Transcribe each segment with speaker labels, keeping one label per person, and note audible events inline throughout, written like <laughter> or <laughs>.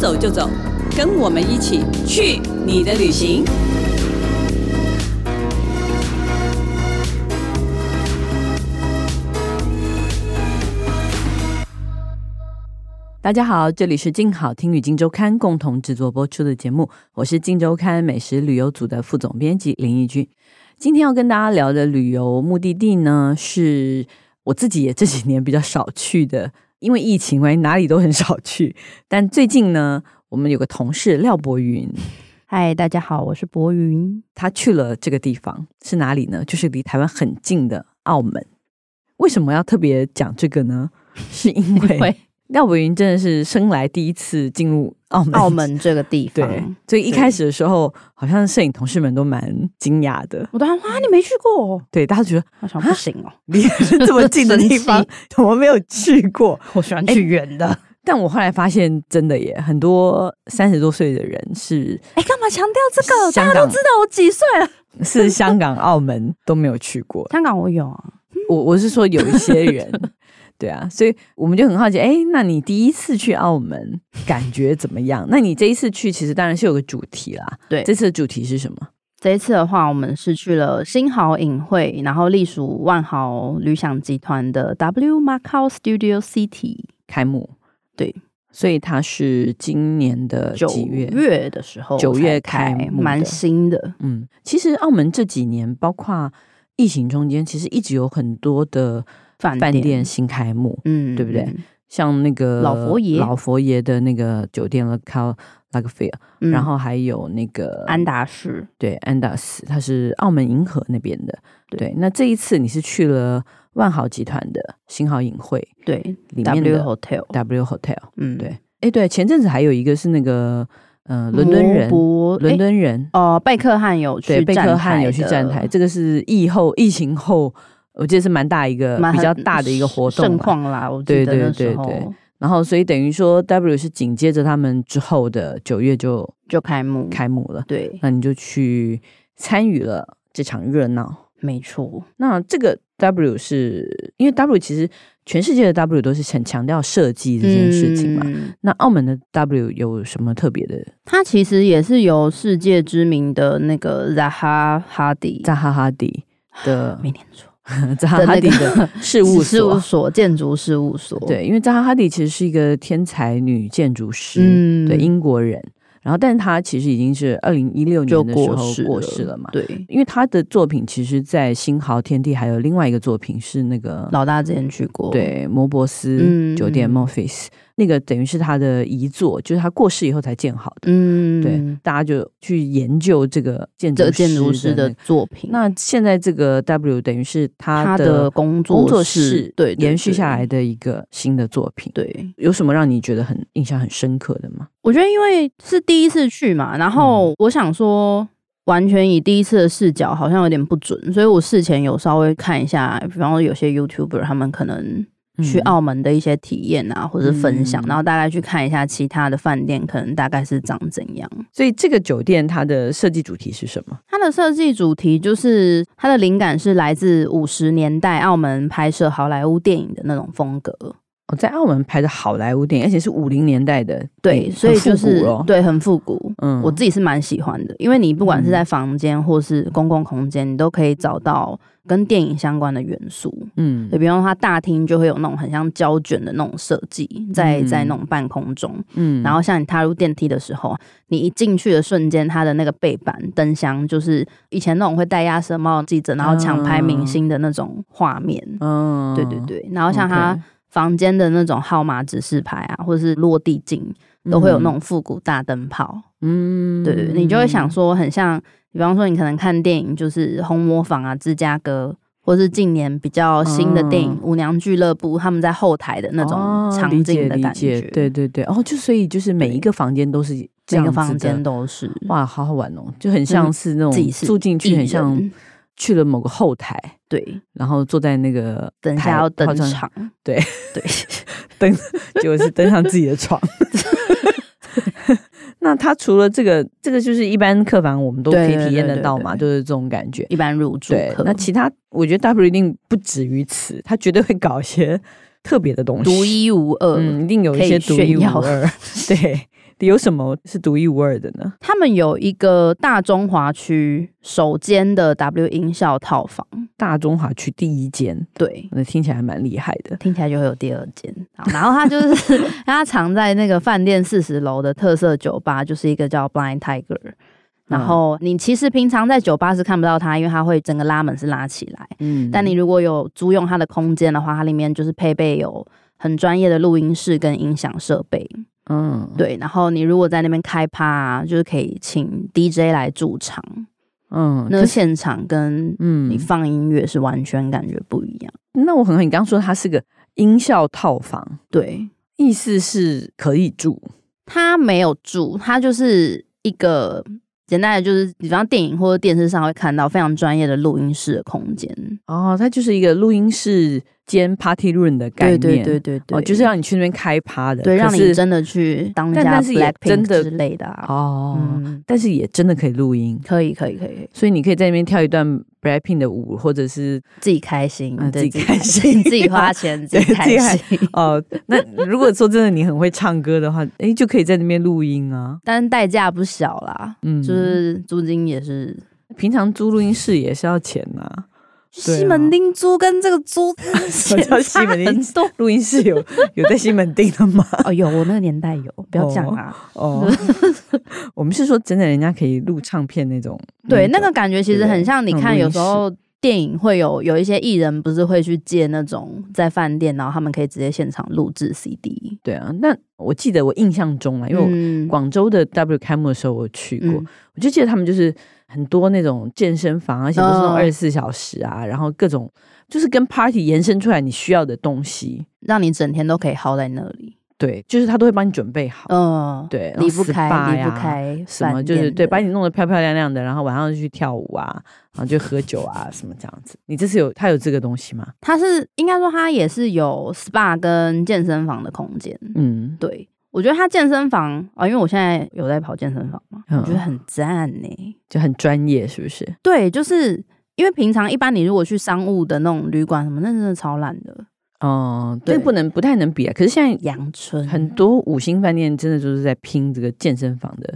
Speaker 1: 走就走，跟我们一起去你的旅行。
Speaker 2: 大家好，这里是静好听与静周刊共同制作播出的节目，我是静周刊美食旅游组的副总编辑林义君。今天要跟大家聊的旅游目的地呢，是我自己也这几年比较少去的，因为疫情关 <laughs> 系哪里都很少去。但最近呢，我们有个同事廖博云，
Speaker 3: 嗨，大家好，我是博云。
Speaker 2: 他去了这个地方是哪里呢？就是离台湾很近的澳门。为什么要特别讲这个呢？是因为 <laughs> 廖伟云真的是生来第一次进入澳门，
Speaker 3: 澳门这个地方，
Speaker 2: 对，所以一开始的时候，好像摄影同事们都蛮惊讶的，
Speaker 3: 我当然哇，你没去过、哦，
Speaker 2: 对，大家觉得
Speaker 3: 我想不行
Speaker 2: <laughs>
Speaker 3: 哦， <laughs>
Speaker 2: 离这么近的地方
Speaker 3: 生
Speaker 2: 怎么没有去过？
Speaker 3: 我喜欢去远的。
Speaker 2: 但我后来发现，真的耶，很多三十多岁的人是
Speaker 3: 哎、干嘛强调这个？
Speaker 2: 香
Speaker 3: 大
Speaker 2: 港
Speaker 3: 家都知道我几岁了。 <laughs>
Speaker 2: 是香港、澳门都没有去过，
Speaker 3: 香港我有啊，
Speaker 2: 我我是说有一些
Speaker 3: <laughs>
Speaker 2: 人，对啊，所以我们就很好奇，哎，那你第一次去澳门感觉怎么样？那你这一次去，其实当然是有个主题啦。
Speaker 3: 对
Speaker 2: 这次的主题是什么？
Speaker 3: 这一次的话，我们是去了新豪影汇，然后隶属万豪旅享集团的 W Macau Studio City。
Speaker 2: 开幕。
Speaker 3: 对，
Speaker 2: 所以它是今年的
Speaker 3: 九
Speaker 2: 呃几月？
Speaker 3: 月的时候才，
Speaker 2: 九月开幕的
Speaker 3: 蛮新的。
Speaker 2: 嗯，其实澳门这几年，包括疫情中间，其实一直有很多的
Speaker 3: 饭
Speaker 2: 饭
Speaker 3: 店
Speaker 2: 店新开幕，
Speaker 3: 嗯，
Speaker 2: 对不对
Speaker 3: 嗯？
Speaker 2: 像那个
Speaker 3: 老佛爷
Speaker 2: 老佛爷的那个酒店 La Cal La g f i r
Speaker 3: 嗯
Speaker 2: 然后还有那个
Speaker 3: 安达仕，
Speaker 2: 对安达斯，它是澳门银河那边的。
Speaker 3: 对
Speaker 2: 对，那这一次你是去了万豪集团的新豪影汇
Speaker 3: 对
Speaker 2: 里面
Speaker 3: ，W
Speaker 2: 的
Speaker 3: Hotel，
Speaker 2: W Hotel。
Speaker 3: 嗯，
Speaker 2: 对哎，对，前阵子还有一个是那个呃伦敦
Speaker 3: 摩
Speaker 2: 人，
Speaker 3: 博
Speaker 2: 伦
Speaker 3: 诶
Speaker 2: 敦人、
Speaker 3: 哦，贝克汉有去
Speaker 2: 对贝克
Speaker 3: 站
Speaker 2: 汉
Speaker 3: 台
Speaker 2: 有去
Speaker 3: 的
Speaker 2: 站台，这个是疫后疫情后，我记得是蛮大一个
Speaker 3: 蛮
Speaker 2: 比较大的一个活动
Speaker 3: 盛
Speaker 2: 吧。
Speaker 3: 况啦，我
Speaker 2: 对
Speaker 3: 记得
Speaker 2: 对
Speaker 3: 那时
Speaker 2: 对
Speaker 3: 候
Speaker 2: 对然后，所以等于说 W 是紧接着他们之后的九月就
Speaker 3: 就开幕，
Speaker 2: 开幕了，
Speaker 3: 对，
Speaker 2: 那你就去参与了这场热闹。
Speaker 3: 没错，
Speaker 2: 那这个 W 是因为 W 其实全世界的 W 都是很强调设计这件事情嘛。
Speaker 3: 嗯
Speaker 2: 那澳门的 W 有什么特别的？
Speaker 3: 它其实也是由世界知名的那个 Zaha Hadid，
Speaker 2: 扎哈哈迪
Speaker 3: <laughs>
Speaker 2: 的
Speaker 3: 没念错，
Speaker 2: 扎哈哈迪
Speaker 3: 的那 <laughs>
Speaker 2: 的事务
Speaker 3: 事务
Speaker 2: 所，
Speaker 3: 所，建筑事务所，，
Speaker 2: 对，因为扎哈哈迪其实是一个天才女建筑师，
Speaker 3: 嗯
Speaker 2: 对，英国人。然后，但是她其实已经是二零一六
Speaker 3: 就
Speaker 2: 年的时
Speaker 3: 过
Speaker 2: 候
Speaker 3: 世
Speaker 2: 过世了嘛。
Speaker 3: 对，
Speaker 2: 因为她的作品其实，在新豪天地还有另外一个作品是那个
Speaker 3: 老大之前去过，，
Speaker 2: 对，摩博斯
Speaker 3: 嗯
Speaker 2: 酒店
Speaker 3: 嗯
Speaker 2: Morpheus、那个等于是他的遗作，就是他过世以后才建好的。
Speaker 3: 嗯，
Speaker 2: 对，，大家就去研究这个建
Speaker 3: 这
Speaker 2: 筑
Speaker 3: 个建筑师
Speaker 2: 的
Speaker 3: 的
Speaker 2: 那个。
Speaker 3: 作品，
Speaker 2: 那现在这个 W 等于是
Speaker 3: 他
Speaker 2: 他
Speaker 3: 的
Speaker 2: 的
Speaker 3: 工作
Speaker 2: 工作
Speaker 3: 室
Speaker 2: 室，
Speaker 3: 对，对
Speaker 2: 延续下来
Speaker 3: 对
Speaker 2: 的一个新的作品。
Speaker 3: 对，
Speaker 2: 有什么让你觉得很印象很深刻的吗？
Speaker 3: 我觉得因为是第一次去嘛，然
Speaker 2: 嗯
Speaker 3: 后我想说，完全以第一次的视角好像有点不准，所以我事前有稍微看一下，比方说有些 YouTuber 他们可能去
Speaker 2: 嗯
Speaker 3: 澳门的一些体验啊，或者分享，
Speaker 2: 嗯
Speaker 3: 然后大概去看一下其他的饭店可能大概是长怎样。
Speaker 2: 所以这个酒店它的设计主题是什么？
Speaker 3: 它的设计主题就是它的灵感是来自五十年代澳门拍摄好莱坞电影的那种风格，
Speaker 2: 我哦在澳门拍的好莱坞电影，而且是五零年代的电
Speaker 3: 对，
Speaker 2: 影，
Speaker 3: 所以
Speaker 2: 很复
Speaker 3: 就是、
Speaker 2: 古哦、，
Speaker 3: 对很复古，
Speaker 2: 嗯
Speaker 3: 我自己是蛮喜欢的，因为你不管是在房间或是公共空间，你都可以找到跟电影相关的元素。
Speaker 2: 嗯
Speaker 3: 对，比方说它大厅就会有那种很像胶卷的那种设计，在
Speaker 2: 嗯
Speaker 3: 在那种半空中。
Speaker 2: 嗯
Speaker 3: 然后像你踏入电梯的时候，你一进去的瞬间，它的那个背板灯箱就是以前那种会戴鸭舌帽记者，然后抢拍明星的那种画面。
Speaker 2: 啊嗯，
Speaker 3: 对对对，然后像它房间的那种号码指示牌啊，或者是落地镜，
Speaker 2: 嗯
Speaker 3: 都会有那种复古大灯泡。
Speaker 2: 嗯，嗯
Speaker 3: 对对，对你就会想说，很像，比方说你可能看电影就是《红磨坊》啊，《芝加哥》，或是近年比较新的电影
Speaker 2: 嗯
Speaker 3: 《舞娘俱乐部》，他们在后台的那种
Speaker 2: 哦
Speaker 3: 场
Speaker 2: 理
Speaker 3: 景
Speaker 2: 解
Speaker 3: 的
Speaker 2: 理
Speaker 3: 感觉。
Speaker 2: 解对，对对，哦，就所以就是每一个房间都是这
Speaker 3: 每
Speaker 2: 样
Speaker 3: 个
Speaker 2: 子的
Speaker 3: 房间都是
Speaker 2: 哇，好好玩哦，就很像是那种
Speaker 3: 自己是
Speaker 2: 住进去，很
Speaker 3: 艺
Speaker 2: 像
Speaker 3: 人嗯
Speaker 2: 去了某个后台，
Speaker 3: 对，
Speaker 2: 然后坐在那个
Speaker 3: 等一
Speaker 2: 台
Speaker 3: 下要登
Speaker 2: 好像
Speaker 3: 场，
Speaker 2: 对
Speaker 3: 对，
Speaker 2: 登，结果是登上自己的
Speaker 3: <laughs>
Speaker 2: 床。 <laughs> 那它除了这个，这个就是一般客房我们都可以
Speaker 3: 对对
Speaker 2: 体验得
Speaker 3: 对
Speaker 2: 到
Speaker 3: 对
Speaker 2: 嘛，
Speaker 3: 对
Speaker 2: 就是这种感觉。
Speaker 3: 一般入住
Speaker 2: 对，
Speaker 3: 客
Speaker 2: 那其他我觉得 W 一定不止于此，他绝对会搞一些特别的东西，
Speaker 3: 独一无二。
Speaker 2: 嗯，一定有一些独
Speaker 3: 可以
Speaker 2: 一
Speaker 3: 炫
Speaker 2: 无
Speaker 3: 耀
Speaker 2: <laughs> 二。对，有什么是独一无二的呢？
Speaker 3: 他们有一个大中华区首间的 W 音效套房，
Speaker 2: 大中华区第一间，
Speaker 3: 对，
Speaker 2: 那听起来还蛮厉害的。
Speaker 3: 听起来就会有第二间。好然后它就是 <laughs> 它藏在那个饭店四十楼的特色酒吧，就是一个叫 Blind
Speaker 2: 嗯
Speaker 3: Tiger。然后你其实平常在酒吧是看不到它，因为它会整个拉门是拉起来。
Speaker 2: 嗯
Speaker 3: 但你如果有租用它的空间的话，它里面就是配备有很专业的录音室跟音响设备。
Speaker 2: 嗯，
Speaker 3: 对，然后你如果在那边开趴、啊，就是可以请 DJ 来驻场，
Speaker 2: 嗯，
Speaker 3: 那
Speaker 2: 可是
Speaker 3: 个现场跟
Speaker 2: 嗯
Speaker 3: 你放音乐是完全感觉不一样。
Speaker 2: 那我很好，你刚刚说它是个音效套房，
Speaker 3: 对，
Speaker 2: 意思是可以住，
Speaker 3: 他没有住，他就是一个简单的，就是比方电影或者电视上会看到非常专业的录音室的空间。
Speaker 2: 哦，它就是一个录音室兼 party room 的概
Speaker 3: 对
Speaker 2: 念，
Speaker 3: 对对对对，
Speaker 2: 哦，就是让你去那边开趴的，
Speaker 3: 对
Speaker 2: 可
Speaker 3: 让你
Speaker 2: 是
Speaker 3: 真的去当人
Speaker 2: 但
Speaker 3: 家
Speaker 2: 但是也
Speaker 3: Blackpink
Speaker 2: 真的
Speaker 3: 之类的啊。
Speaker 2: 哦，
Speaker 3: 嗯，
Speaker 2: 但是也真的可以录音，
Speaker 3: 可以可以可以，可以
Speaker 2: 所以你可以在那边跳一段 Blackpink 的舞，或者是
Speaker 3: 自己开心，
Speaker 2: 嗯
Speaker 3: 对
Speaker 2: 自己开
Speaker 3: <laughs>
Speaker 2: 心
Speaker 3: 自己花钱，自
Speaker 2: 对
Speaker 3: 己开
Speaker 2: 自己还
Speaker 3: 心。
Speaker 2: <laughs> 哦，那如果说真的你很会唱歌的话，诶，就可以在那边录音啊。
Speaker 3: <laughs> 但是代价不小啦，
Speaker 2: 嗯，
Speaker 3: 就是租金也是。
Speaker 2: 平常租录音室也是要钱呐、对啊
Speaker 3: 西门町租跟这个租 <laughs>
Speaker 2: 什 <laughs> 么叫西门町
Speaker 3: 很多
Speaker 2: 录音室有有在西门町的 <laughs> 吗？
Speaker 3: <laughs> 哦，有我那个年代有，不要讲啊啦。
Speaker 2: 哦， <laughs> 我们是说真的，人家可以录唱片那种。
Speaker 3: 对，那个感觉其实很像，你
Speaker 2: 嗯对
Speaker 3: 看
Speaker 2: 那种录
Speaker 3: 有
Speaker 2: 音
Speaker 3: 时候电影会有有一些艺人不是会去借那种在饭店，然后他们可以直接现场录制 CD。
Speaker 2: 对啊，那我记得我印象中啊，因为我
Speaker 3: 嗯
Speaker 2: 广州的 W 开幕的时候我去过，
Speaker 3: 嗯
Speaker 2: 我就记得他们就是很多那种健身房啊，而且都是那种
Speaker 3: 哦
Speaker 2: 二十四小时啊，然后各种就是跟 party 延伸出来你需要的东西，
Speaker 3: 让你整天都可以耗在那里。
Speaker 2: 对，就是他都会帮你准备好，
Speaker 3: 嗯，
Speaker 2: 对然后
Speaker 3: 离不开
Speaker 2: SPA
Speaker 3: 离不
Speaker 2: 呀
Speaker 3: 开
Speaker 2: 什么
Speaker 3: 饭
Speaker 2: 就是
Speaker 3: 店
Speaker 2: 对，
Speaker 3: 的
Speaker 2: 把你弄得漂漂亮亮的，然后晚上就去跳舞啊，然后就喝酒啊，什么这样子。你这次有他有这个东西吗？
Speaker 3: 它是应该说它也是有 SPA 跟健身房的空间。
Speaker 2: 嗯，
Speaker 3: 对，我觉得它健身房啊、因为我现在有在跑健身房嘛，
Speaker 2: 嗯
Speaker 3: 我觉得很赞呢、
Speaker 2: 就很专业，是不是？
Speaker 3: 对，就是因为平常一般你如果去商务的那种旅馆什么，那真的超烂的。
Speaker 2: 哦，对，
Speaker 3: 对
Speaker 2: 不能不太能比啊。可是现在
Speaker 3: 阳春
Speaker 2: 很多五星饭店真的就是在拼这个健身房的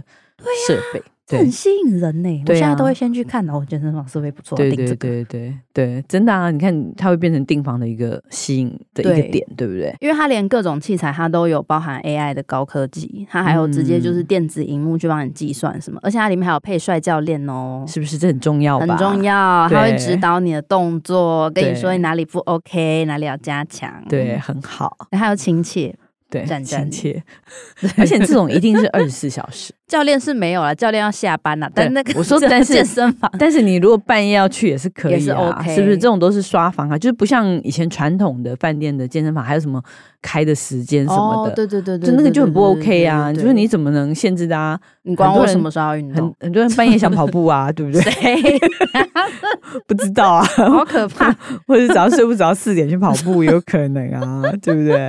Speaker 2: 设备，
Speaker 3: 这很吸引人呢、我
Speaker 2: 对啊
Speaker 3: 现在都会先去看，然哦后健身房设备不错，
Speaker 2: 对
Speaker 3: 订这
Speaker 2: 对对
Speaker 3: 个。
Speaker 2: 对对，真的啊！你看，它会变成订房的一个吸引的一个
Speaker 3: 对
Speaker 2: 点，对不对？
Speaker 3: 因为它连各种器材它都有包含 AI 的高科技，它还有直接
Speaker 2: 嗯
Speaker 3: 就是电子荧幕去帮你计算什么，而且它里面还有配帅教练哦，
Speaker 2: 是不是这很重要吧？
Speaker 3: 很重。要，它会
Speaker 2: 对
Speaker 3: 指导你的动作，跟你
Speaker 2: 对
Speaker 3: 说你哪里不 OK，哪里要加强，
Speaker 2: 对，，很好，
Speaker 3: 还有亲切，
Speaker 2: 对，
Speaker 3: 赞赞
Speaker 2: 亲切，而且这种一定是二十四小时，
Speaker 3: 教练是没有了，教练要下班了，
Speaker 2: 对
Speaker 3: 但那个
Speaker 2: 我说
Speaker 3: 这
Speaker 2: 但是
Speaker 3: 健身房
Speaker 2: <laughs> 但是你如果半夜要去也是可以、啊，
Speaker 3: 嗯也是 OK
Speaker 2: 是不是？这种都是刷房啊，就是不像以前传统的饭店的健身房，还有什么开的时间什么的。
Speaker 3: 哦对对对对，
Speaker 2: 就那个就很不
Speaker 3: 对对对
Speaker 2: OK 啊！
Speaker 3: 对对对
Speaker 2: 就是你怎么能限制大家？
Speaker 3: 你管
Speaker 2: 很多
Speaker 3: 我
Speaker 2: 人
Speaker 3: 什么时候要运
Speaker 2: 很
Speaker 3: <laughs> 动？
Speaker 2: 很多人半夜想跑步啊，对不 <laughs> 对？
Speaker 3: <laughs> 谁？
Speaker 2: 不知道啊，
Speaker 3: 好可怕！
Speaker 2: 或者早上睡不着四点去跑步也有可能啊，对不对？
Speaker 3: <laughs>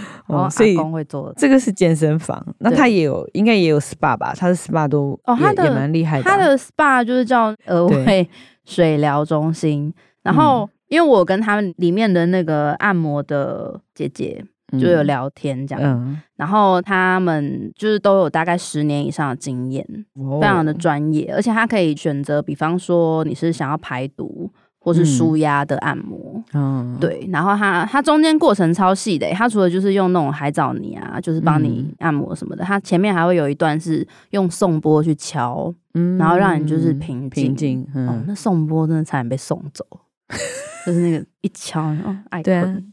Speaker 3: <laughs> 哦，
Speaker 2: 哦，
Speaker 3: 所
Speaker 2: 所
Speaker 3: 以
Speaker 2: 以
Speaker 3: 工会做的。
Speaker 2: 这个是健身房，那
Speaker 3: 对
Speaker 2: 它也有应该也有 SPA 吧？它的 SPA 都
Speaker 3: 哦它
Speaker 2: 也
Speaker 3: 的
Speaker 2: 也蛮厉害的啊，
Speaker 3: 它的 SPA 就是叫额
Speaker 2: 对
Speaker 3: 外水疗中心，然后。因为我跟他们里面的那个按摩的姐姐
Speaker 2: 嗯
Speaker 3: 就有聊天这样，
Speaker 2: 嗯，
Speaker 3: 然后他们就是都有大概十年以上的经验，
Speaker 2: 非
Speaker 3: 非常的专业，而且它可以选择，比方说你是想要排毒或是舒压的按摩，
Speaker 2: 嗯，
Speaker 3: 对。然后它它中间过程超细的、欸它除了就是用那种海藻泥啊，就是
Speaker 2: 嗯
Speaker 3: 帮你按摩什么的，它前面还会有一段是用送波去敲，
Speaker 2: 嗯
Speaker 3: 然后让你就是平
Speaker 2: 平
Speaker 3: 静
Speaker 2: 静，
Speaker 3: 哦
Speaker 2: 嗯，，
Speaker 3: 那送波真的差点被送
Speaker 2: <laughs>
Speaker 3: 走，就是那个一敲，哦，爱
Speaker 2: 对啊
Speaker 3: 困，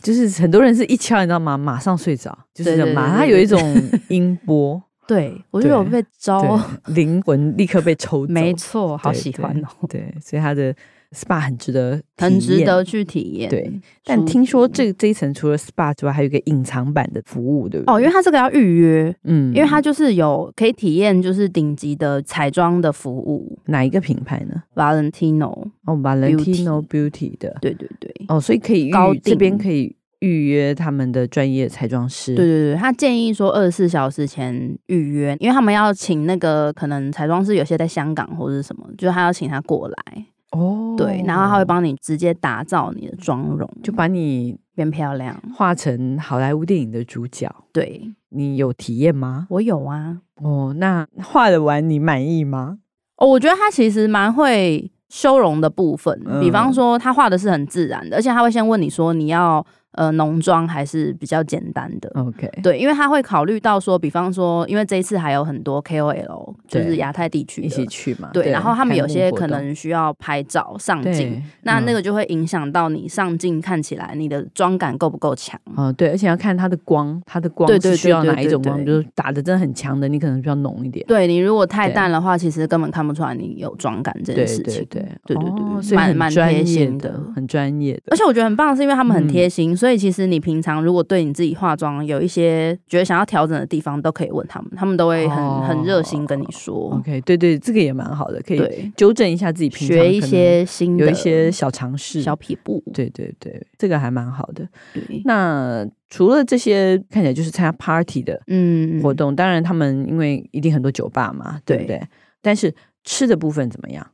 Speaker 2: 就是很多人是一敲，你知道吗？马上睡着，就是
Speaker 3: 对
Speaker 2: 这样
Speaker 3: 对
Speaker 2: 马
Speaker 3: 对对
Speaker 2: 它有一种音波，
Speaker 3: <laughs> 对我就有被招， <laughs>
Speaker 2: 对，灵魂立刻被抽走。
Speaker 3: 哦没错，好
Speaker 2: 对
Speaker 3: 喜欢哦， <laughs>
Speaker 2: 对，所以它的 SPA 很值得，
Speaker 3: 很值得。去体验。
Speaker 2: 对，但
Speaker 3: 舒
Speaker 2: 听说
Speaker 3: 服
Speaker 2: 这这一层除了 SPA 之外，还有一个隐藏版的服务，对不对？
Speaker 3: 哦，因为它这个要预约，
Speaker 2: 嗯
Speaker 3: 因为它就是有可以体验就是顶级的彩妆的服务
Speaker 2: 哪一个品牌呢？
Speaker 3: ，Valentino，
Speaker 2: 哦，Valentino Beauty 的
Speaker 3: 对对对，
Speaker 2: 哦，所以可以预
Speaker 3: 高
Speaker 2: 这边
Speaker 3: 定
Speaker 2: 可以预约他们的专业彩妆师。
Speaker 3: 对对对，他建议说二十四小时前预约，因为他们要请那个可能彩妆师有些在香港或者是什么，就是他要请他过来，
Speaker 2: 哦，
Speaker 3: 对，然后他会帮你直接打造你的妆容，
Speaker 2: 就
Speaker 3: 就
Speaker 2: 把你
Speaker 3: 变漂亮，
Speaker 2: 画成好莱坞电影的主角。
Speaker 3: 对，
Speaker 2: 你有体验吗？
Speaker 3: 我有啊，
Speaker 2: 哦，那画的完你满意吗？
Speaker 3: 哦，我觉得他其实蛮会修容的部分，
Speaker 2: 嗯
Speaker 3: 比方说他画的是很自然的，而且他会先问你说你要呃浓妆还是比较简单的。
Speaker 2: OK，
Speaker 3: 对，因为他会考虑到说，比方说，因为这一次还有很多 KOL，就
Speaker 2: 对
Speaker 3: 是亚太地区
Speaker 2: 一起
Speaker 3: 的，
Speaker 2: 去嘛。
Speaker 3: 对，然后他们
Speaker 2: 看
Speaker 3: 有
Speaker 2: 幕
Speaker 3: 些
Speaker 2: 活
Speaker 3: 可
Speaker 2: 动
Speaker 3: 能需要拍照上镜，
Speaker 2: 对，
Speaker 3: 那
Speaker 2: 嗯
Speaker 3: 那个就会影响到你上镜看起来你的妆感够不够强。
Speaker 2: 哦，对，而且要看它的光，它的光
Speaker 3: 对
Speaker 2: 是
Speaker 3: 对
Speaker 2: 需
Speaker 3: 对
Speaker 2: 要
Speaker 3: 对
Speaker 2: 哪一
Speaker 3: 对
Speaker 2: 种光，
Speaker 3: 对
Speaker 2: 就是打的真的很强的，你可能比较浓一点。
Speaker 3: 对你如果太
Speaker 2: 对
Speaker 3: 淡的话，其实根本看不出来你有妆感这
Speaker 2: 对
Speaker 3: 件事
Speaker 2: 对
Speaker 3: 情。
Speaker 2: 对
Speaker 3: 对对
Speaker 2: 哦
Speaker 3: 对
Speaker 2: 所以
Speaker 3: 蛮
Speaker 2: 很
Speaker 3: 蛮
Speaker 2: 专
Speaker 3: 贴
Speaker 2: 业
Speaker 3: 心
Speaker 2: 的
Speaker 3: 的
Speaker 2: 很专业的。
Speaker 3: 而且我觉得很棒，是因为他们
Speaker 2: 嗯
Speaker 3: 很贴心，所以其实你平常如果对你自己化妆有一些觉得想要调整的地方，都可以问他们，他们都会很、
Speaker 2: 哦
Speaker 3: 很热心跟你说。
Speaker 2: OK，对对，这个也蛮好的，可以
Speaker 3: 对，
Speaker 2: 纠正一下自己平常
Speaker 3: 学一
Speaker 2: 可能
Speaker 3: 些新的，
Speaker 2: 有一些小尝试。
Speaker 3: 小撇步。
Speaker 2: 对对对，这个还蛮好的。
Speaker 3: 对，
Speaker 2: 那除了这些看起来就是参加 party 的
Speaker 3: 嗯，
Speaker 2: 活动，当然他们因为一定很多酒吧嘛，对不
Speaker 3: 对
Speaker 2: 对？但是吃的部分怎么样？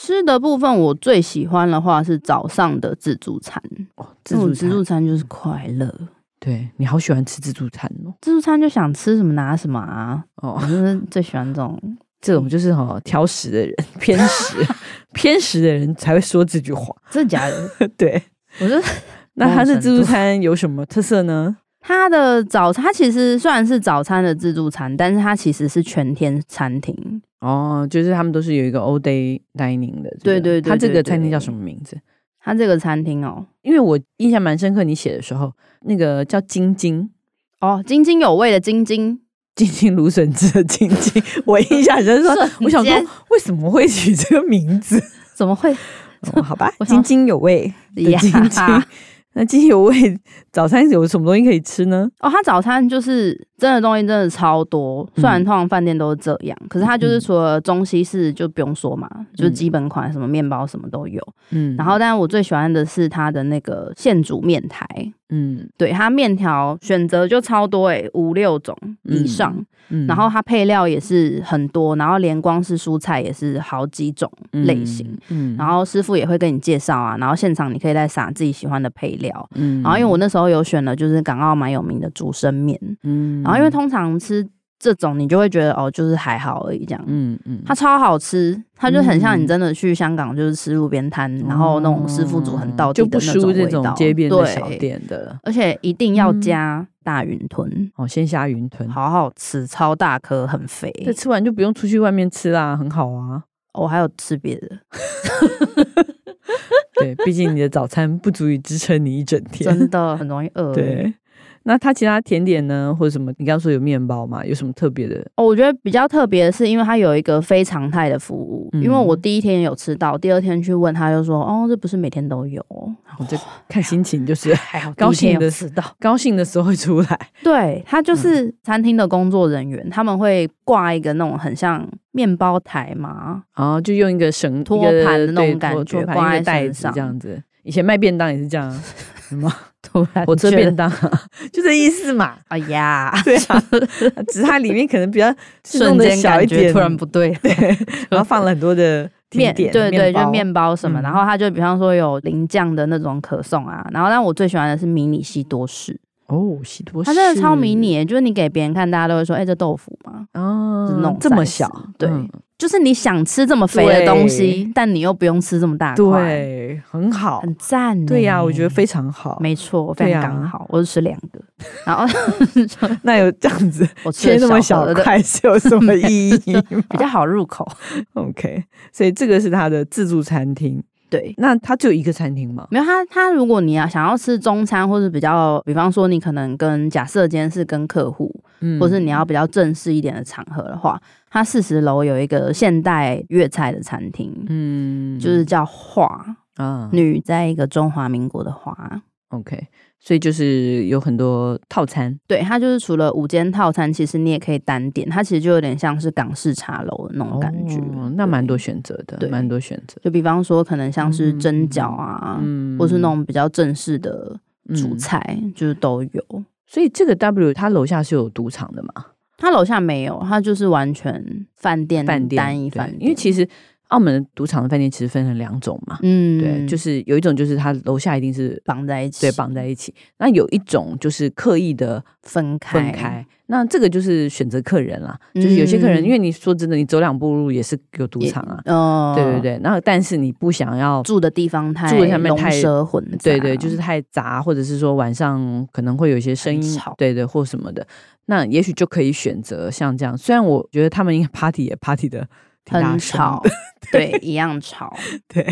Speaker 3: 吃的部分我最喜欢的话是早上的自助餐，
Speaker 2: 哦，自
Speaker 3: 自助
Speaker 2: 助
Speaker 3: 自
Speaker 2: 餐，
Speaker 3: 助餐就是快乐，
Speaker 2: 对你好喜欢吃自助餐哦。
Speaker 3: 自助餐就想吃什么拿什么啊，我
Speaker 2: 哦，
Speaker 3: 就是最喜欢这种
Speaker 2: 这
Speaker 3: 嗯
Speaker 2: 种就是哦挑食的人、 <laughs> 偏食、偏食的人才会说这句
Speaker 3: <laughs>
Speaker 2: 话。
Speaker 3: <laughs> 真的假的？
Speaker 2: 对，
Speaker 3: 我就
Speaker 2: 那它的自助
Speaker 3: 某种程度
Speaker 2: 餐有什么特色呢？
Speaker 3: 它的早餐，它其实虽然是早餐的自助餐，但是它其实是全天餐厅。
Speaker 2: 哦，就是他们都是有一个 all day dining 的这个、
Speaker 3: 对对对
Speaker 2: 它这
Speaker 3: 对
Speaker 2: 个
Speaker 3: 对
Speaker 2: 餐厅
Speaker 3: 对
Speaker 2: 叫什么名字？
Speaker 3: 它这个餐厅哦，
Speaker 2: 因为我印象蛮深刻，你写的时候那个叫晶晶。
Speaker 3: 哦，津津有味的津津，
Speaker 2: 津津芦笋汁的津津，我印象很深刻。我想说
Speaker 3: 间，
Speaker 2: 为什么会取这个名
Speaker 3: <laughs>
Speaker 2: 字？
Speaker 3: 怎么会？
Speaker 2: 哦、好吧，
Speaker 3: 我想
Speaker 2: 津津有味的
Speaker 3: 呀
Speaker 2: 津津。那津津有味早餐有什么东西可以吃
Speaker 3: <laughs>
Speaker 2: 呢？
Speaker 3: 哦，它早餐就是真的东西真的超多，虽然
Speaker 2: 嗯
Speaker 3: 通常饭店都是这样，可是它就是
Speaker 2: 嗯
Speaker 3: 除了中西式就不用说嘛，就是
Speaker 2: 嗯
Speaker 3: 基本款什么面包什么都有。
Speaker 2: 嗯
Speaker 3: 然后，但我最喜欢的是它的那个现煮面台，
Speaker 2: 嗯
Speaker 3: 对它面条选择就超多诶、五六种以上。
Speaker 2: 嗯
Speaker 3: 然后它配料也是很多，然后连光是蔬菜也是好几种类型，，
Speaker 2: 嗯
Speaker 3: 然后师傅也会跟你介绍啊，然后现场你可以再撒自己喜欢的配料。
Speaker 2: 嗯
Speaker 3: 然后因为我那时候有选了，就是港澳蛮有名的竹升面，
Speaker 2: 嗯
Speaker 3: 然后因为通常吃这种你就会觉得哦，就是还好而已这样。
Speaker 2: 嗯嗯
Speaker 3: 它超好吃，它就很像你真的去香港就是吃路边摊，然后那种师傅煮很道地
Speaker 2: 哦就
Speaker 3: 的
Speaker 2: 不
Speaker 3: 那种
Speaker 2: 输这
Speaker 3: 味道
Speaker 2: 种，街边的小
Speaker 3: 对，
Speaker 2: 店的
Speaker 3: 而且一定要
Speaker 2: 嗯
Speaker 3: 加大云吞，
Speaker 2: 哦，鲜虾云吞。
Speaker 3: 好好吃，超大颗，很肥。哦
Speaker 2: 这吃完就不用出去外面吃啦，很好啊。
Speaker 3: 我、还有吃别的，
Speaker 2: 对，毕竟你的早餐不足以支撑你一整天。
Speaker 3: 真的很容易饿。，欸
Speaker 2: 对，嗯那它其他甜点呢，或者什么？你刚刚说有面包嘛？有什么特别的？
Speaker 3: 哦，我觉得比较特别的是，因为它有一个非常态的服务，
Speaker 2: 嗯
Speaker 3: 因为我第一天有吃到，第二天去问他就说，哦，这不是每天都有，哦
Speaker 2: 我这看心情，就是
Speaker 3: <laughs> 还好
Speaker 2: 高兴的
Speaker 3: 第一天有吃到。
Speaker 2: <laughs> 高兴的时候会出来。
Speaker 3: 对，他
Speaker 2: 嗯
Speaker 3: 就是餐厅的工作人员，他们会挂一个那种很像面包台嘛，
Speaker 2: 然后就用一个绳
Speaker 3: 托
Speaker 2: 一个
Speaker 3: 盘的那
Speaker 2: 对
Speaker 3: 种感
Speaker 2: 托
Speaker 3: 觉
Speaker 2: 托盘
Speaker 3: 挂
Speaker 2: 一
Speaker 3: 在
Speaker 2: 个袋
Speaker 3: 身
Speaker 2: 子
Speaker 3: 上
Speaker 2: 这样子。以前卖便当也是这样啊，什么
Speaker 3: <laughs> 突然
Speaker 2: 火车
Speaker 3: 觉
Speaker 2: 便
Speaker 3: 得，
Speaker 2: 当啊，就这意思
Speaker 3: <laughs>
Speaker 2: 嘛。
Speaker 3: 哎呀，
Speaker 2: <laughs> 对啊，只是它里面可能比
Speaker 3: <laughs>
Speaker 2: 较是弄
Speaker 3: 瞬
Speaker 2: 得
Speaker 3: 间
Speaker 2: 小一
Speaker 3: 感觉
Speaker 2: 点，
Speaker 3: 突然不对了。
Speaker 2: 对， <laughs> 然后放了很多的甜
Speaker 3: <laughs> 面
Speaker 2: 点，
Speaker 3: 对对，
Speaker 2: 包
Speaker 3: 就面包什么，
Speaker 2: 嗯
Speaker 3: 然后它就比方说有淋酱的那种可颂啊，然后但我最喜欢的是迷你西多士，
Speaker 2: 哦，喜多士，
Speaker 3: 它真的超迷你耶，就是你给别人看，大家都会说，哎、这豆腐嘛，
Speaker 2: 哦，
Speaker 3: 是那种
Speaker 2: 这么
Speaker 3: size
Speaker 2: 小，
Speaker 3: 对
Speaker 2: 嗯
Speaker 3: 就是你想吃这么肥的东西，但你又不用吃这么大块，
Speaker 2: 对，很好，
Speaker 3: 很赞耶。欸
Speaker 2: 对呀，我觉得非常好。
Speaker 3: 嗯没错，
Speaker 2: 对
Speaker 3: 非常
Speaker 2: 啊
Speaker 3: 刚好，我就吃两个，
Speaker 2: <laughs>
Speaker 3: 然后
Speaker 2: 那有这样
Speaker 3: <laughs>
Speaker 2: 子
Speaker 3: 我吃
Speaker 2: 切
Speaker 3: 了
Speaker 2: 那么
Speaker 3: 小
Speaker 2: 小
Speaker 3: 盒的，
Speaker 2: 块是有什么意义吗
Speaker 3: <laughs> 比较好入口。
Speaker 2: ？OK，所以这个是他的自助餐厅。
Speaker 3: 对，
Speaker 2: 那他只有一个餐厅吗？
Speaker 3: 没有它，它如果你要想要吃中餐，或是比较，比方说你可能跟假设今天是跟客户，
Speaker 2: 嗯
Speaker 3: 或是你要比较正式一点的场合的话，它四十楼有一个现代粤菜的餐厅，
Speaker 2: 嗯
Speaker 3: 就是叫华
Speaker 2: 啊
Speaker 3: 女，在一个中华民国的华。
Speaker 2: OK，所以就是有很多套餐
Speaker 3: 对，它就是除了午间套餐，其实你也可以单点，它其实就有点像是港式茶楼的那种感觉。
Speaker 2: 哦那蛮
Speaker 3: 对
Speaker 2: 多选择的，
Speaker 3: 对
Speaker 2: 蛮多选择，
Speaker 3: 就比方说，可能像是蒸饺啊，
Speaker 2: 嗯
Speaker 3: 或是那种比较正式的主。
Speaker 2: 嗯
Speaker 3: 菜，就是都有。
Speaker 2: 所以这个 W 它楼下是有赌场的嘛？
Speaker 3: 它楼下没有，它就是完全饭店
Speaker 2: 饭店
Speaker 3: 嗯单一饭
Speaker 2: 对
Speaker 3: 店，
Speaker 2: 因为其实澳门赌场的饭店其实分成两种嘛，
Speaker 3: 嗯，
Speaker 2: 对，就是有一种就是它楼下一定是
Speaker 3: 绑在一起，
Speaker 2: 对绑在一起，那有一种就是刻意的
Speaker 3: 分开，
Speaker 2: 分开，那这个就是选择客人啦，就是有些客人，
Speaker 3: 嗯
Speaker 2: 因为你说真的，你走两步路也是有赌
Speaker 3: 也
Speaker 2: 场啊，
Speaker 3: 哦，
Speaker 2: 对对，对，然后但是你不想要。
Speaker 3: 住的地方太
Speaker 2: 住的下面
Speaker 3: 龙
Speaker 2: 太
Speaker 3: 蛇混杂，
Speaker 2: 对对，就是太杂，或者是说晚上可能会有一些声
Speaker 3: 很
Speaker 2: 音
Speaker 3: 吵，
Speaker 2: 对对，或什么的，那也许就可以选择像这样。虽然我觉得他们应该 party 也 party 的
Speaker 3: 很吵，对，一样吵，
Speaker 2: 对，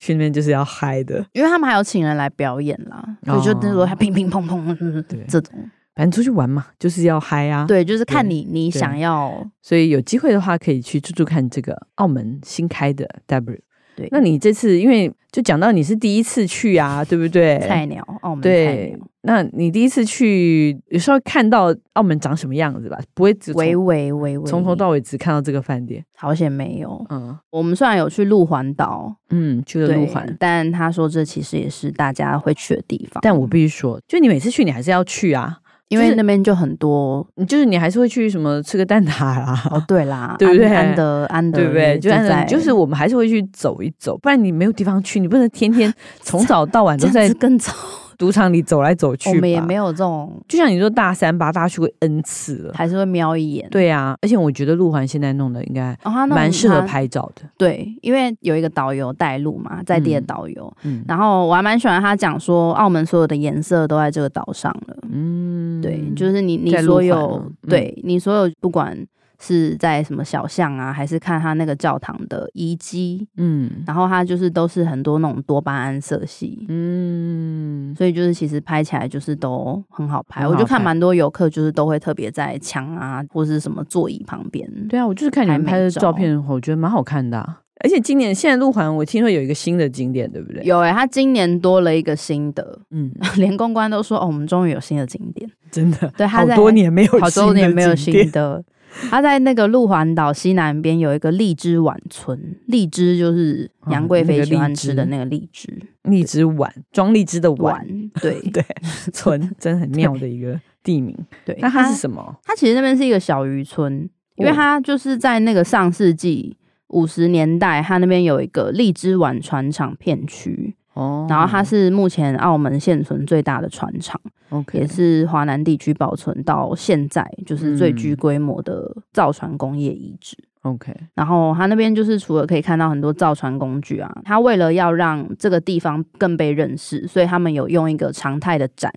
Speaker 2: 去那边就是要嗨的。
Speaker 3: 因为他们还有请人来表演啦，所以就那时候还乒乒乓乓嗯
Speaker 2: 哦对
Speaker 3: <laughs> 这种，
Speaker 2: 反正出去玩嘛，就是要嗨啊。，
Speaker 3: 对，就是看
Speaker 2: 对
Speaker 3: 你你
Speaker 2: 对
Speaker 3: 想要，
Speaker 2: 所以有机会的话，可以去住住看这个澳门新开的 W。
Speaker 3: 对，
Speaker 2: 那你这次因为就讲到你是第一次去啊，对不对？
Speaker 3: 菜鸟澳门菜
Speaker 2: 对
Speaker 3: 鸟，，
Speaker 2: 那你第一次去，有时候看到澳门长什么样子吧，不会只从
Speaker 3: 微微微微，
Speaker 2: 从头到尾只看到这个饭店。
Speaker 3: 好险没有。
Speaker 2: 嗯
Speaker 3: 我们虽然有去路环岛，
Speaker 2: 嗯，去了
Speaker 3: 对
Speaker 2: 路环，，
Speaker 3: 但他说这其实也是大家会去的地方，
Speaker 2: 但我必须说，就你每次去，你还是要去啊，
Speaker 3: 因
Speaker 2: 就
Speaker 3: 为
Speaker 2: 是
Speaker 3: 那边就很多
Speaker 2: 你就是你还是会去什么吃个蛋挞啦，
Speaker 3: 哦，对啦，
Speaker 2: 对不对
Speaker 3: 安安德安德
Speaker 2: 对不对？就
Speaker 3: 在
Speaker 2: 按就是我们还是会去走一走，不然你没有地方去，你不能天
Speaker 3: <laughs>
Speaker 2: 天从早到晚
Speaker 3: 这
Speaker 2: 都在
Speaker 3: 样子更早，
Speaker 2: 赌场里走来走去
Speaker 3: 我
Speaker 2: 吧。
Speaker 3: 们也没有这种，
Speaker 2: 就像你说大三吧，大家去过 N 次了。
Speaker 3: 还是会瞄一眼。
Speaker 2: 对啊，而且我觉得路环现在弄的应该
Speaker 3: 哦，他那种
Speaker 2: 蛮适合
Speaker 3: 他
Speaker 2: 拍照的。
Speaker 3: 对，因为有一个导游带路嘛，在地的导游，
Speaker 2: 嗯
Speaker 3: 然后我还蛮喜欢他讲说，澳门所有的颜色都在这个岛上了。
Speaker 2: 嗯，
Speaker 3: 对，就是你你
Speaker 2: 在路
Speaker 3: 所
Speaker 2: 环
Speaker 3: 有
Speaker 2: 吗嗯
Speaker 3: 对你所有不管是在什么小巷啊，还是看他那个教堂的遗迹，
Speaker 2: 嗯
Speaker 3: 然后它就是都是很多那种多巴胺色系。
Speaker 2: 嗯，
Speaker 3: 所以就是，其实拍起来就是都很好拍，
Speaker 2: 很
Speaker 3: 我就
Speaker 2: 好
Speaker 3: 看
Speaker 2: 拍
Speaker 3: 蛮多游客就是都会特别在墙啊或是什么座椅旁边，
Speaker 2: 对啊，我就是看你
Speaker 3: 拍
Speaker 2: 们
Speaker 3: 美
Speaker 2: 拍的照
Speaker 3: 照
Speaker 2: 片，我觉得蛮好看的啊、而且今年现在路环，我听说有一个新的景点，对不对？，
Speaker 3: 有哎、欸，他今年多了一个新的， <laughs>
Speaker 2: 嗯， <laughs>
Speaker 3: 连公关都说哦，我们终于有新的景点，
Speaker 2: 真的，
Speaker 3: 对他
Speaker 2: 好
Speaker 3: 在
Speaker 2: 多年没有，
Speaker 3: <laughs> 好多年没有新，的。 <laughs> 他在那个鹿环岛西南边有一个荔枝碗村，荔枝就是
Speaker 2: 哦
Speaker 3: 杨贵妃喜欢吃的那个荔枝
Speaker 2: 荔枝碗，装荔枝的碗，
Speaker 3: 碗，对
Speaker 2: <laughs> 对，村，真的很妙的一个地名。
Speaker 3: 对。
Speaker 2: 那它是
Speaker 3: 么？
Speaker 2: 什么？
Speaker 3: 它其实那边是一个小渔村，因为
Speaker 2: 哦
Speaker 3: 它就是在那个上世纪五十年代，它那边有一个荔枝碗船厂片区，
Speaker 2: 哦
Speaker 3: 然后它是目前澳门现存最大的船厂。也
Speaker 2: OK，
Speaker 3: 是华南地区保存到现在就是最具规模的造船工业遗址。
Speaker 2: OK，
Speaker 3: 然后它那边就是除了可以看到很多造船工具啊，它为了要让这个地方更被认识，所以他们有用一个常态的展，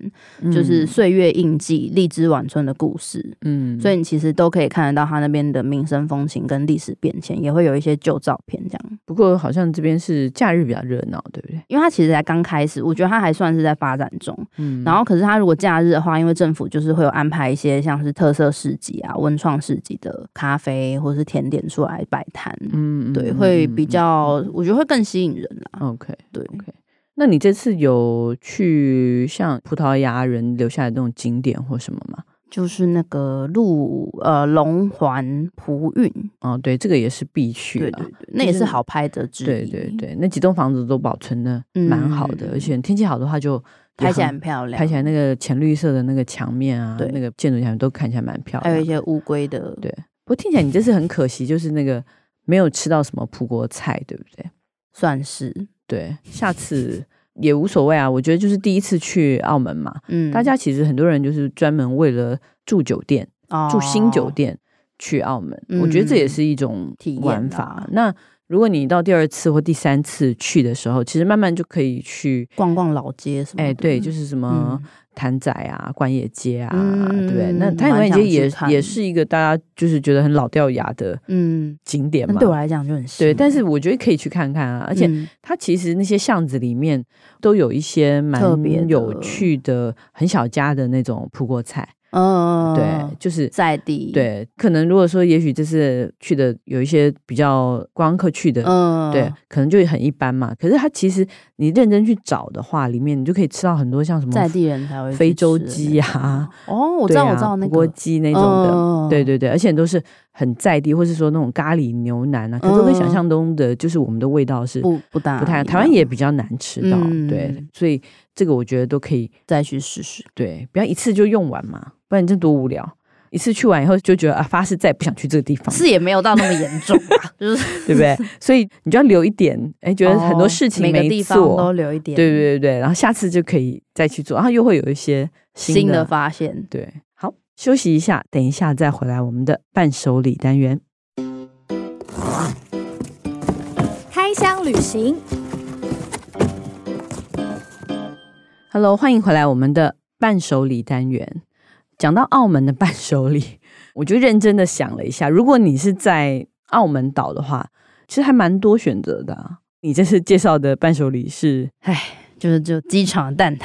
Speaker 3: 就是《岁月印记》荔枝晚春的故事。
Speaker 2: 嗯，
Speaker 3: 所
Speaker 2: 以
Speaker 3: 以你其实都可以看得到它那边的民生风情跟历史变迁，也会有一些旧照片这样。
Speaker 2: 不过好像这边是假日比较热闹，对不对？
Speaker 3: 因为它其实才刚开始，我觉得它还算是在发展中。
Speaker 2: 嗯
Speaker 3: 然后，可是他如果假日的话，因为政府就是会有安排一些像是特色市集啊、文创市集的咖啡或是甜点出来摆摊，
Speaker 2: 嗯，嗯
Speaker 3: 对，
Speaker 2: 嗯
Speaker 3: 会
Speaker 2: 嗯
Speaker 3: 比
Speaker 2: 嗯
Speaker 3: 较，我觉得会更吸引人啦。
Speaker 2: OK。
Speaker 3: 对，
Speaker 2: OK，那你这次有去像葡萄牙人留下来的那种景点或什么吗？
Speaker 3: 就是那个鹿呃龙环葡韵，
Speaker 2: 哦，对，这个也是必去
Speaker 3: 对对
Speaker 2: 的。
Speaker 3: 对，那也
Speaker 2: 就是
Speaker 3: 是好拍的之一，
Speaker 2: 对对，对，那几栋房子都保存的
Speaker 3: 嗯
Speaker 2: 蛮好的，而且天气好的话就也
Speaker 3: 拍起来很
Speaker 2: 很
Speaker 3: 漂亮，
Speaker 2: 拍起来那个浅绿色的那个墙面啊
Speaker 3: 对，
Speaker 2: 那个建筑墙面都看起来蛮漂
Speaker 3: 还有
Speaker 2: 亮
Speaker 3: 一。些乌龟的，
Speaker 2: 对不过听起来你这次很可惜，就是那个没有吃到什么葡国菜，对不对？
Speaker 3: 算是，
Speaker 2: 对，下次也无所谓啊。我觉得就是第一次去澳门嘛，
Speaker 3: 嗯，
Speaker 2: 大家其实很多人就是专门为了住酒店。住新酒
Speaker 3: 哦，嗯
Speaker 2: 店去澳门，我觉得这也是一种
Speaker 3: 体验
Speaker 2: 玩法
Speaker 3: 啦。
Speaker 2: 那如果你到第二次或第三次去的时候，其实慢慢就可以去，
Speaker 3: 逛逛老街什么的，
Speaker 2: 哦哎，对，就是什么
Speaker 3: 嗯，
Speaker 2: 潭仔啊、官野街啊，
Speaker 3: 嗯
Speaker 2: 对不对？那
Speaker 3: 嗯
Speaker 2: 潭仔官野
Speaker 3: 蛮想
Speaker 2: 街也
Speaker 3: 去看
Speaker 2: 也是一个大家就是觉得很老掉牙的
Speaker 3: 嗯，
Speaker 2: 景点
Speaker 3: 那
Speaker 2: 嘛
Speaker 3: 对。我来讲就很新
Speaker 2: 对，但是我觉得可以去看看啊，而且
Speaker 3: 嗯
Speaker 2: 它其实那些巷子里面都有一些蛮
Speaker 3: 特别的
Speaker 2: 有趣的、很小家的那种葡国菜，
Speaker 3: 嗯，
Speaker 2: 对，就是
Speaker 3: 在地，，
Speaker 2: 对，可能如果说也许这次去的有一些比较观光客去的，
Speaker 3: 嗯，
Speaker 2: 对，可能就很一般嘛。可是它其实你认真去找的话，里面你就可以吃到很多像什么
Speaker 3: 在地人才会去
Speaker 2: 非洲
Speaker 3: 吃的
Speaker 2: 鸡
Speaker 3: 那种
Speaker 2: 啊，
Speaker 3: 哦，我
Speaker 2: 我
Speaker 3: 知道，我知道那
Speaker 2: 钵
Speaker 3: 个
Speaker 2: 鸡那种的。
Speaker 3: 嗯
Speaker 2: 对对对，而且都是很在地，或是说那种咖喱牛腩啊，可是都跟想
Speaker 3: 嗯
Speaker 2: 象中的就是我们的味道是
Speaker 3: 不不大
Speaker 2: 不太，
Speaker 3: 啊一
Speaker 2: 台湾
Speaker 3: 样
Speaker 2: 也比较难吃到，对
Speaker 3: 嗯，
Speaker 2: 所以这个我觉得都可以，
Speaker 3: 再去试试，
Speaker 2: 对，不要一次就用完嘛，不然你这多无聊。一次去完以后就觉得啊，发誓再也不想去这个地方，
Speaker 3: 是也没有到那么严重
Speaker 2: <laughs>
Speaker 3: 吧，就是
Speaker 2: 对不对？所以你就要留一点，哎，觉得很多事
Speaker 3: 哦
Speaker 2: 情
Speaker 3: 每个
Speaker 2: 没
Speaker 3: 地
Speaker 2: 做，
Speaker 3: 方都留一点，
Speaker 2: 对对对对，然后下次就可以再去做，然后又会有一些新的
Speaker 3: 新的发现。
Speaker 2: 对。好，休息一下，等一下再回来我们的伴手礼单元。
Speaker 4: 开箱旅行，
Speaker 2: Hello，欢迎回来我们的伴手礼单元。讲到澳门的伴手礼，我就认真的想了一下，如果你是在澳门岛的话，其实还蛮多选择的、啊。你这次介绍的伴手礼是，
Speaker 3: 唉，就是就机场的蛋挞，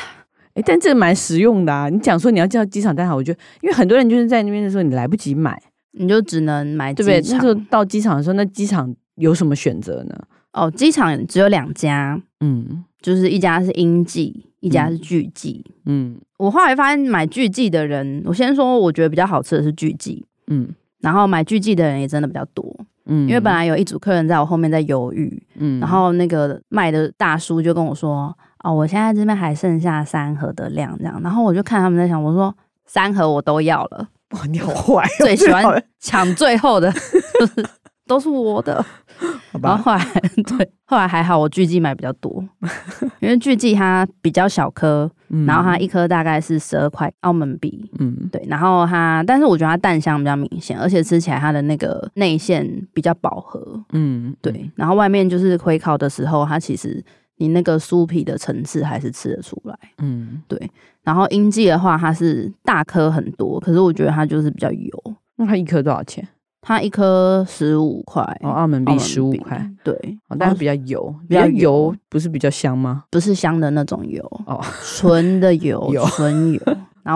Speaker 2: 哎，但这个蛮实用的啊。你讲说你要叫机场蛋挞，我觉得，因为很多人就是在那边的时候你来不及买，
Speaker 3: 你就只能买
Speaker 2: 对
Speaker 3: 机
Speaker 2: 不对？那
Speaker 3: 场
Speaker 2: 时候到机场的时候，那机场有什么选择呢？
Speaker 3: 哦，机场只有两家，
Speaker 2: 嗯
Speaker 3: 就是一家是英记，一家是巨记。
Speaker 2: 嗯
Speaker 3: 我后来发现买巨记的人，我先说我觉得比较好吃的是巨记，
Speaker 2: 嗯
Speaker 3: 然后买巨记的人也真的比较多，
Speaker 2: 嗯，
Speaker 3: 因为本来有一组客人在我后面在犹豫，
Speaker 2: 嗯
Speaker 3: 然后那个卖的大叔就跟我说：“哦，我现在这边还剩下三盒的量，这样。”然后我就看他们在想，我说：“三盒我都要
Speaker 2: <laughs>
Speaker 3: 了，
Speaker 2: 哇，你好坏、哦，
Speaker 3: 最喜欢
Speaker 2: 好吧
Speaker 3: 抢最后的， <laughs> 就是都是我的。”
Speaker 2: 好吧，
Speaker 3: 然后后来对，后来还好，我巨记买比较多，因为巨记它比较小颗，
Speaker 2: 嗯
Speaker 3: 然后它一颗大概是十二块澳门币。
Speaker 2: 嗯
Speaker 3: 对，然后它，但是我觉得它蛋香比较明显，而且吃起来它的那个内馅比较饱和，
Speaker 2: 嗯
Speaker 3: 对，然后外面就是回烤的时候，它其实你那个酥皮的层次还是吃得出来。
Speaker 2: 嗯。
Speaker 3: 然后英记的话，它是大颗很多，可是我觉得它就是比较油，
Speaker 2: 那它一颗多少钱？
Speaker 3: 它一颗十五块，
Speaker 2: 哦，澳门
Speaker 3: 哎澳
Speaker 2: 币
Speaker 3: 门
Speaker 2: 十五块，，
Speaker 3: 对
Speaker 2: 哦，但
Speaker 3: 但
Speaker 2: 是比较油，比
Speaker 3: 比较
Speaker 2: 较
Speaker 3: 油
Speaker 2: 油，不是比较香吗？
Speaker 3: 不是香的那种油，
Speaker 2: 哦
Speaker 3: 纯的
Speaker 2: <laughs>
Speaker 3: 油
Speaker 2: 油，
Speaker 3: 纯油，然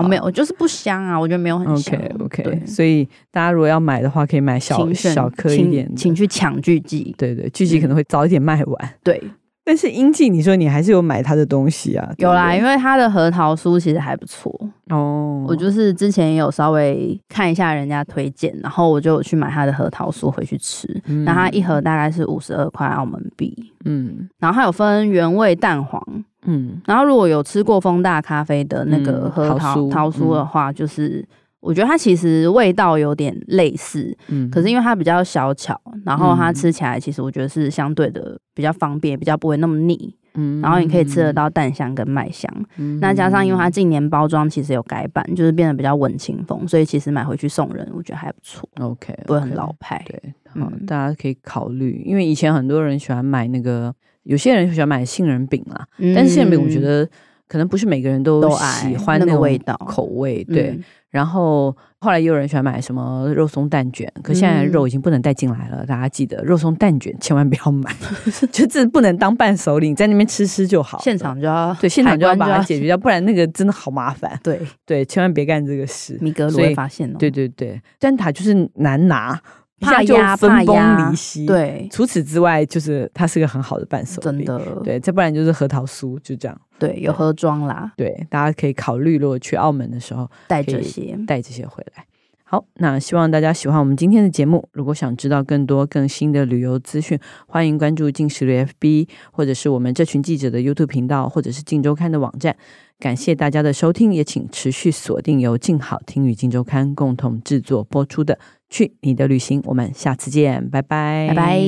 Speaker 2: <laughs>
Speaker 3: 后没有，就是不香啊，我觉得没有很香。
Speaker 2: ，OK
Speaker 3: 对
Speaker 2: OK，所以大家如果要买的话，可以买小
Speaker 3: 请选
Speaker 2: 小颗一
Speaker 3: 请
Speaker 2: 点的，
Speaker 3: 请去抢巨记，
Speaker 2: 对对，剧
Speaker 3: 嗯
Speaker 2: 集可能会早一点卖完。
Speaker 3: 对，
Speaker 2: 但是英记，你说你还是有买它的东西啊？对
Speaker 3: 有
Speaker 2: 不
Speaker 3: 啦，
Speaker 2: 对
Speaker 3: 因为它的核桃酥其实还不错，
Speaker 2: 哦，
Speaker 3: 我就是之前也有稍微看一下人家推荐，然后我就有去买它的核桃酥回去吃。
Speaker 2: 嗯
Speaker 3: 那它一盒大概是五十二块澳门币，
Speaker 2: 嗯
Speaker 3: 然后它有分原味蛋黄，
Speaker 2: 嗯
Speaker 3: 然后如果有吃过风大咖啡的那个
Speaker 2: 嗯
Speaker 3: 核桃、
Speaker 2: 桃酥
Speaker 3: 桃酥的话，就是我觉得它其实味道有点类似，
Speaker 2: 嗯，
Speaker 3: 可是因为它比较小巧，然后它
Speaker 2: 嗯
Speaker 3: 吃起来其实我觉得是相对的比较方便，比较不会那么腻，
Speaker 2: 嗯
Speaker 3: 然后你可以吃得，到蛋香跟麦香。
Speaker 2: 嗯
Speaker 3: 那加上因为它近年包装其实有改版，就是变得比较文青风，所以其实买回去送人，我觉得还不错，
Speaker 2: OK
Speaker 3: 不会很老派。
Speaker 2: 对，好，
Speaker 3: 嗯
Speaker 2: 大家可以考虑，因为以前很多人喜欢买那个，有些人喜欢买杏仁饼啦，
Speaker 3: 嗯
Speaker 2: 但是杏仁饼我觉得可能不是每个人都
Speaker 3: 都爱
Speaker 2: 喜欢
Speaker 3: 那个
Speaker 2: 种
Speaker 3: 味道
Speaker 2: 口味，对。
Speaker 3: 嗯
Speaker 2: 然后后来也有人喜欢买什么肉松蛋卷，可现在
Speaker 3: 嗯
Speaker 2: 肉已经不能带进来了，大家记得肉松蛋卷千万不要买， <laughs> 就这不能当伴手礼，你在那边吃吃就好了。
Speaker 3: 现场就要
Speaker 2: 对现场就要
Speaker 3: 海关
Speaker 2: 把它解决掉，不然那个真的好麻烦。
Speaker 3: 对
Speaker 2: 对，千万别干这个事。
Speaker 3: 米格鲁
Speaker 2: 所以
Speaker 3: 会发现哦，
Speaker 2: 对对对，蛋挞就是难拿，一
Speaker 3: 怕
Speaker 2: 下就
Speaker 3: 压怕
Speaker 2: 分崩
Speaker 3: 压
Speaker 2: 离析。，
Speaker 3: 对，
Speaker 2: 除此之外，就是它是个很好的伴手
Speaker 3: 真
Speaker 2: 礼。
Speaker 3: 的
Speaker 2: 对，再不然就是核桃酥，就这样。
Speaker 3: 对，有盒装啦，
Speaker 2: 对，大家可以考虑，如果去澳门的时候
Speaker 3: 带
Speaker 2: 可以
Speaker 3: 这些。
Speaker 2: 带这些回来。好，那希望大家喜欢我们今天的节目。如果想知道更多更新的旅游资讯，欢迎关注进食旅 FB，或者是我们这群记者的 YouTube 频道，或者是静周刊的网站。感谢大家的收听，也请持续锁定由静好听与静周刊共同制作播出的《去你的旅行》，我们下次见，拜拜，
Speaker 3: 拜拜。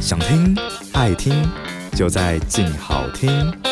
Speaker 5: 想听爱听，就在静好听。